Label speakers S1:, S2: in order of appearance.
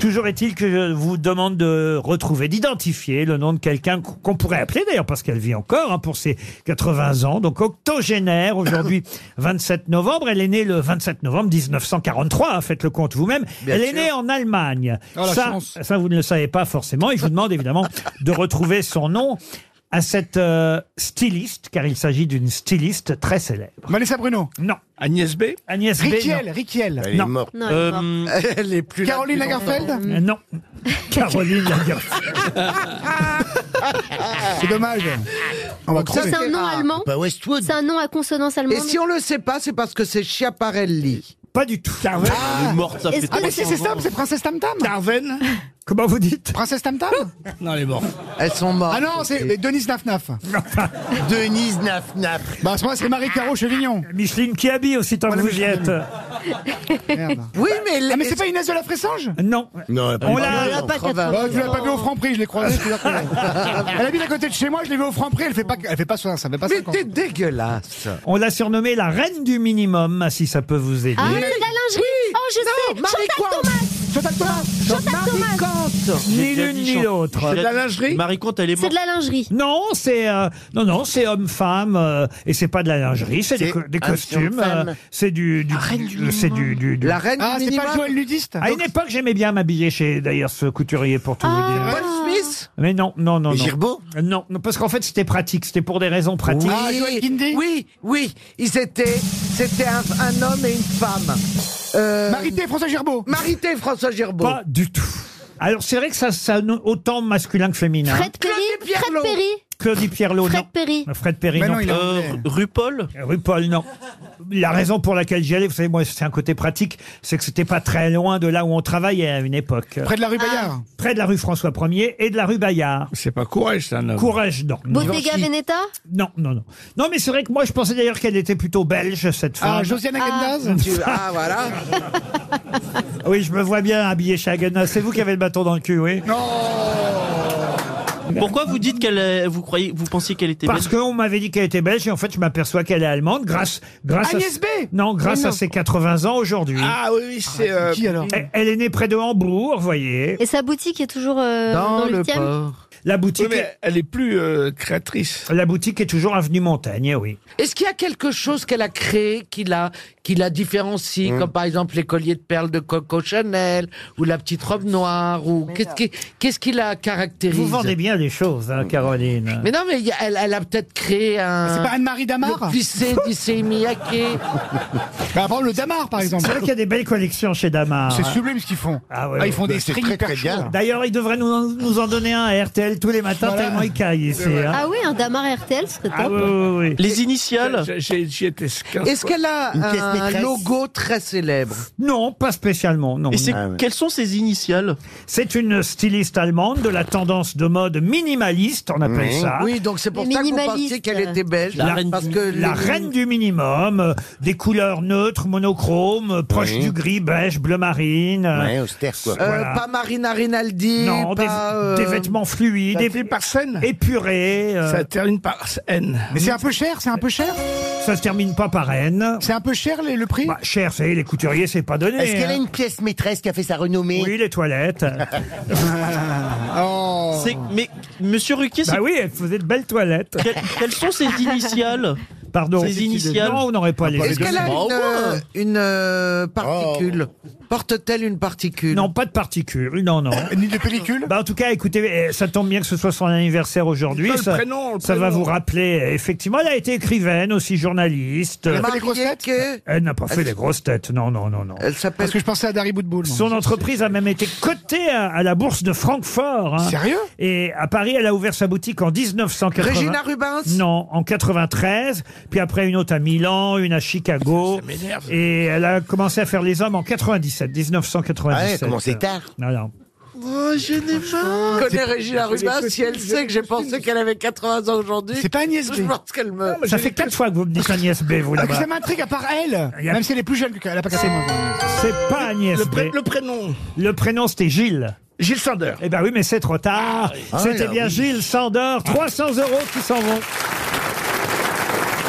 S1: Toujours est-il que je vous demande de retrouver, d'identifier le nom de quelqu'un qu- qu'on pourrait appeler d'ailleurs, parce qu'elle vit encore hein, pour ses 80 ans. Donc octogénaire, aujourd'hui 27 novembre. Elle est née le 27 novembre 1943, hein, faites le compte vous-même.
S2: Bien
S1: Elle est
S2: sûr.
S1: née en Allemagne.
S2: Oh, la
S1: ça,
S2: chance.
S1: ça, vous ne le savez pas forcément. Et je vous demande évidemment de retrouver son nom à cette euh, styliste, car il s'agit d'une styliste très célèbre.
S3: Vanessa Bruno
S1: Non.
S3: Agnès B
S1: Agnès B,
S3: Riquiel,
S1: Eh ben, non.
S3: Riquiel.
S1: Elle est Non. morte. Non, elle est
S4: Ah.
S3: Euh,
S5: Hum,
S1: morte.
S3: elle est plus là
S1: Caroline
S3: depuis
S1: Lagerfeld
S3: longtemps.
S1: Euh, non. Caroline Lagerfeld.
S3: C'est dommage. On va
S4: Ça, c'est un
S6: Ah,
S4: nom allemand
S6: bah
S4: C'est un nom à consonance allemande
S6: Et si on le sait pas, c'est parce que c'est Chiaparelli.
S1: Pas du tout.
S6: Carvel
S3: Ah, ah, mais c'est c'est
S5: hein.
S3: simple, c'est Princesse Tam Tam. Carven.
S1: Comment vous dites
S3: Princesse Tam Tam
S6: Non, elle est morte. Elles sont mortes.
S3: Ah non, c'est mais Denise Nafnaf.
S6: Denise Nafnaf.
S3: Bah, à ce moment-là, c'est Marie-Caro Chevignon.
S1: Micheline Kiabi aussi, tant que vous y êtes.
S3: Oui, mais. Ah, mais c'est pas Inès de la Fressange
S1: Non.
S6: Ah,
S1: On l'a-
S3: Bah, je l'ai pas vu au franc prix, je l'ai croisée. je veux dire que- elle habite à côté de chez moi, je l'ai vue au franc prix, elle fait pas, elle fait pas soin, ça fait
S6: Oh,
S3: pas Mais t'es
S6: dégueulasse.
S1: On l'a surnommée la reine du minimum, si ça peut vous aider.
S4: Ah, la lingerie Oh, je sais Chantal Thomas
S3: Chantal Thomas
S4: Chantal Thomas
S1: Ni l'une ni l'autre.
S7: C'est de la
S1: lingerie
S7: Marie Comte, elle est
S4: C'est
S7: morte.
S4: de la lingerie.
S1: Non, c'est euh, non non, c'est homme-femme euh, et c'est pas de la lingerie, c'est des,
S6: C'est
S1: co- des
S6: un
S1: costumes,
S6: homme-femme.
S1: euh, c'est du, du- c'est du, du- du-
S6: La reine
S3: Ah,
S6: du
S3: c'est pas
S6: minimum.
S3: le Joël Ludiste
S1: À une époque, j'aimais bien m'habiller chez d'ailleurs ce couturier pour tout vous
S4: Ah.
S1: dire.
S6: Paul Smith
S1: Mais non, non, non, non.
S6: Girbeau
S1: Non, non, parce qu'en fait, c'était pratique. C'était pour des raisons pratiques.
S3: Ah, Joël Kindy
S6: Oui, oui. Ils étaient. C'était un, un homme et une femme. Euh,
S3: Marité, François Gerbeau
S6: Marité et François Girbeau.
S1: Pas du tout. Alors, c'est vrai que ça sonne autant masculin que féminin.
S4: Fred Perry
S6: Claude Pierlot.
S4: Fred Perry
S1: Claudie Pierlot, Oh, non. Ah,
S4: Fred Perry
S1: Fred Perry,
S3: Mais
S1: non.
S3: non, il est anglais.
S7: Euh, RuPaul
S1: RuPaul, non. La raison pour laquelle j'y allais, vous savez, moi, c'est un côté pratique, c'est que c'était pas très loin de là où on travaillait à une époque.
S3: Près de la rue Bayard.
S1: Près de la rue François 1er et de la rue Bayard.
S7: Ah. C'est pas courage, c'est un homme.
S1: Courage, non.
S4: Bottega
S3: Givenchy.
S4: Veneta
S1: Non, non, non. Non, mais c'est vrai que moi, je pensais d'ailleurs qu'elle était plutôt belge, cette femme.
S3: Ah, Josiane Agendaz
S6: Tu- Ah, voilà.
S1: Oui, je me vois bien habillée chez Hagana. C'est vous qui avez le bâton dans le cul, oui.
S7: Pourquoi vous dites qu'elle est- vous croyez vous pensiez qu'elle était
S1: Parce
S7: belge
S1: qu'on m'avait dit qu'elle était belge et en fait, je m'aperçois qu'elle est allemande grâce, grâce
S3: Agnès
S1: à...
S3: B.
S1: Non, grâce
S3: Mais
S1: à
S3: non. Ah.
S1: ses 80 ans aujourd'hui.
S5: oui, oui, c'est. euh,
S3: Qui alors
S1: Elle- Elle est née près de Hambourg, voyez.
S4: Et sa boutique est toujours euh, dans, le huitième
S1: La
S5: oui,
S1: boutique,
S5: mais elle est plus euh, créatrice.
S1: est, la boutique est toujours avenue Montaigne, eh oui.
S6: Est-ce qu'il y a quelque chose qu'elle a créé qui la, qui la différencie, comme par exemple les colliers de perles de Coco Chanel ou la petite robe noire ou qu'est-ce qui, qu'est-ce qui la caractérise
S1: Vous vendez bien les choses, hein, Caroline.
S6: Mais non, mais il y a- elle, elle a peut-être créé
S3: C'est pas
S6: un
S3: Anne-Marie Damar
S6: le plissé d'Issey Miyake.
S3: Bah, par exemple, le Damar, par exemple.
S1: C'est vrai qu'il y a des belles collections chez Damar.
S3: C'est sublime ce qu'ils font.
S1: Ah ouais,
S3: ils font des strings hyper chauds, là.
S1: D'ailleurs, ils devraient nous, nous en donner un à RTL tous les matins,
S3: Voilà.
S1: tellement ils caillent ici. hein.
S4: Ah oui, un Damar RTL serait
S1: Ah
S4: top.
S1: oui, oui, oui.
S7: Les initiales
S5: J'ai- j'ai- J'y étais quinze
S6: Est-ce
S5: fois.
S6: qu'elle a un logo très célèbre
S1: Non, pas spécialement. Non.
S7: Et c'est
S5: Ah
S1: non.
S7: quelles sont ses initiales
S1: C'est une styliste allemande de la tendance de mode minimaliste, on appelle ça.
S6: Oui, donc c'est pour
S4: Mais
S6: ça qu'on
S4: minimaliste.
S6: pensait qu'elle était belge.
S7: La reine
S6: parce
S7: du-
S6: que
S1: Ah. La
S6: les-
S1: reine du minimum, euh, des couleurs neutres, monochromes, euh, proches du gris, beige, bleu marine. euh,
S8: Hein,
S6: euh,
S1: voilà.
S6: Pas Marina Rinaldi,
S1: non, des,
S6: pas, euh,
S1: des vêtements fluides,
S5: Ça
S1: ép-
S5: finit par scène
S1: épurés. euh,
S5: Ça termine par N.
S3: Mais c'est un peu cher, c'est un peu cher
S1: ça se termine pas par haine.
S3: C'est un peu cher les- le prix
S1: Bah, cher, c'est les couturiers, c'est pas donné.
S8: Est-ce qu'elle a
S1: hein.
S8: une pièce maîtresse qui a fait sa renommée
S1: Oui, les toilettes.
S3: Oh.
S7: C'est- mais monsieur Ruquier, c'est-
S1: bah oui, elle faisait de belles toilettes.
S7: quelles, quelles sont ses initiales
S1: Pardon.
S7: Ses initiales.
S1: Non, on n'aurait pas les
S6: Est-ce qu'elle a une, euh, une, euh, particule
S3: Oh.
S6: Porte-t-elle une particule
S1: Non, pas de particules. Non, non.
S3: Ni de pellicule
S1: Bah en tout cas, écoutez, eh, ça tombe bien que ce soit son anniversaire aujourd'hui.
S5: Putain, le
S1: Ça,
S5: prénom, le
S1: ça va
S5: prénom.
S1: vous rappeler. eh, Effectivement, elle a été écrivaine, aussi journaliste.
S3: Elle a-
S6: Mariée
S3: les grosses têtes
S6: que-
S1: Elle n'a pas fait
S6: Elle-
S1: les grosses têtes. Non, non, non, non.
S6: Elle s'appelle.
S3: Parce que je pensais à Dari Boudboul. moi.
S1: Son entreprise a même été cotée à, à la bourse de Francfort. hein.
S3: Sérieux
S1: Et à Paris, elle a ouvert sa boutique en 1980.
S6: Regina Rubens
S1: Non, en 93. Puis après, une autre à Milan, une à Chicago.
S5: Ça m'énerve.
S1: Et elle a commencé à faire les hommes en 97, 1997.
S8: Ah ouais, comment c'est tard.
S1: Non, non.
S6: Oh, je n'ai pas. Je connais Regina Rubin. Si elle sait que j'ai pensé qu'elle avait 80 ans aujourd'hui,
S3: C'est pas Agnès
S6: je
S3: B.
S6: pense qu'elle me.
S1: Ça fait quatre fois que vous me dites Agnès B, vous
S3: Ah, que
S1: là-bas.
S3: ça m'intrigue à part elle
S1: Il y a-
S3: Même si elle est plus jeune qu'elle a pas cassé moi.
S1: C'est pas Agnès
S5: Le,
S1: B.
S5: pré- le prénom
S1: Le prénom, c'était Gilles.
S5: Gilles Sander.
S1: Eh ben oui, mais c'est trop tard. C'était
S8: là,
S1: bien
S8: oui.
S1: Gilles Sandor. 300 euros qui s'en vont.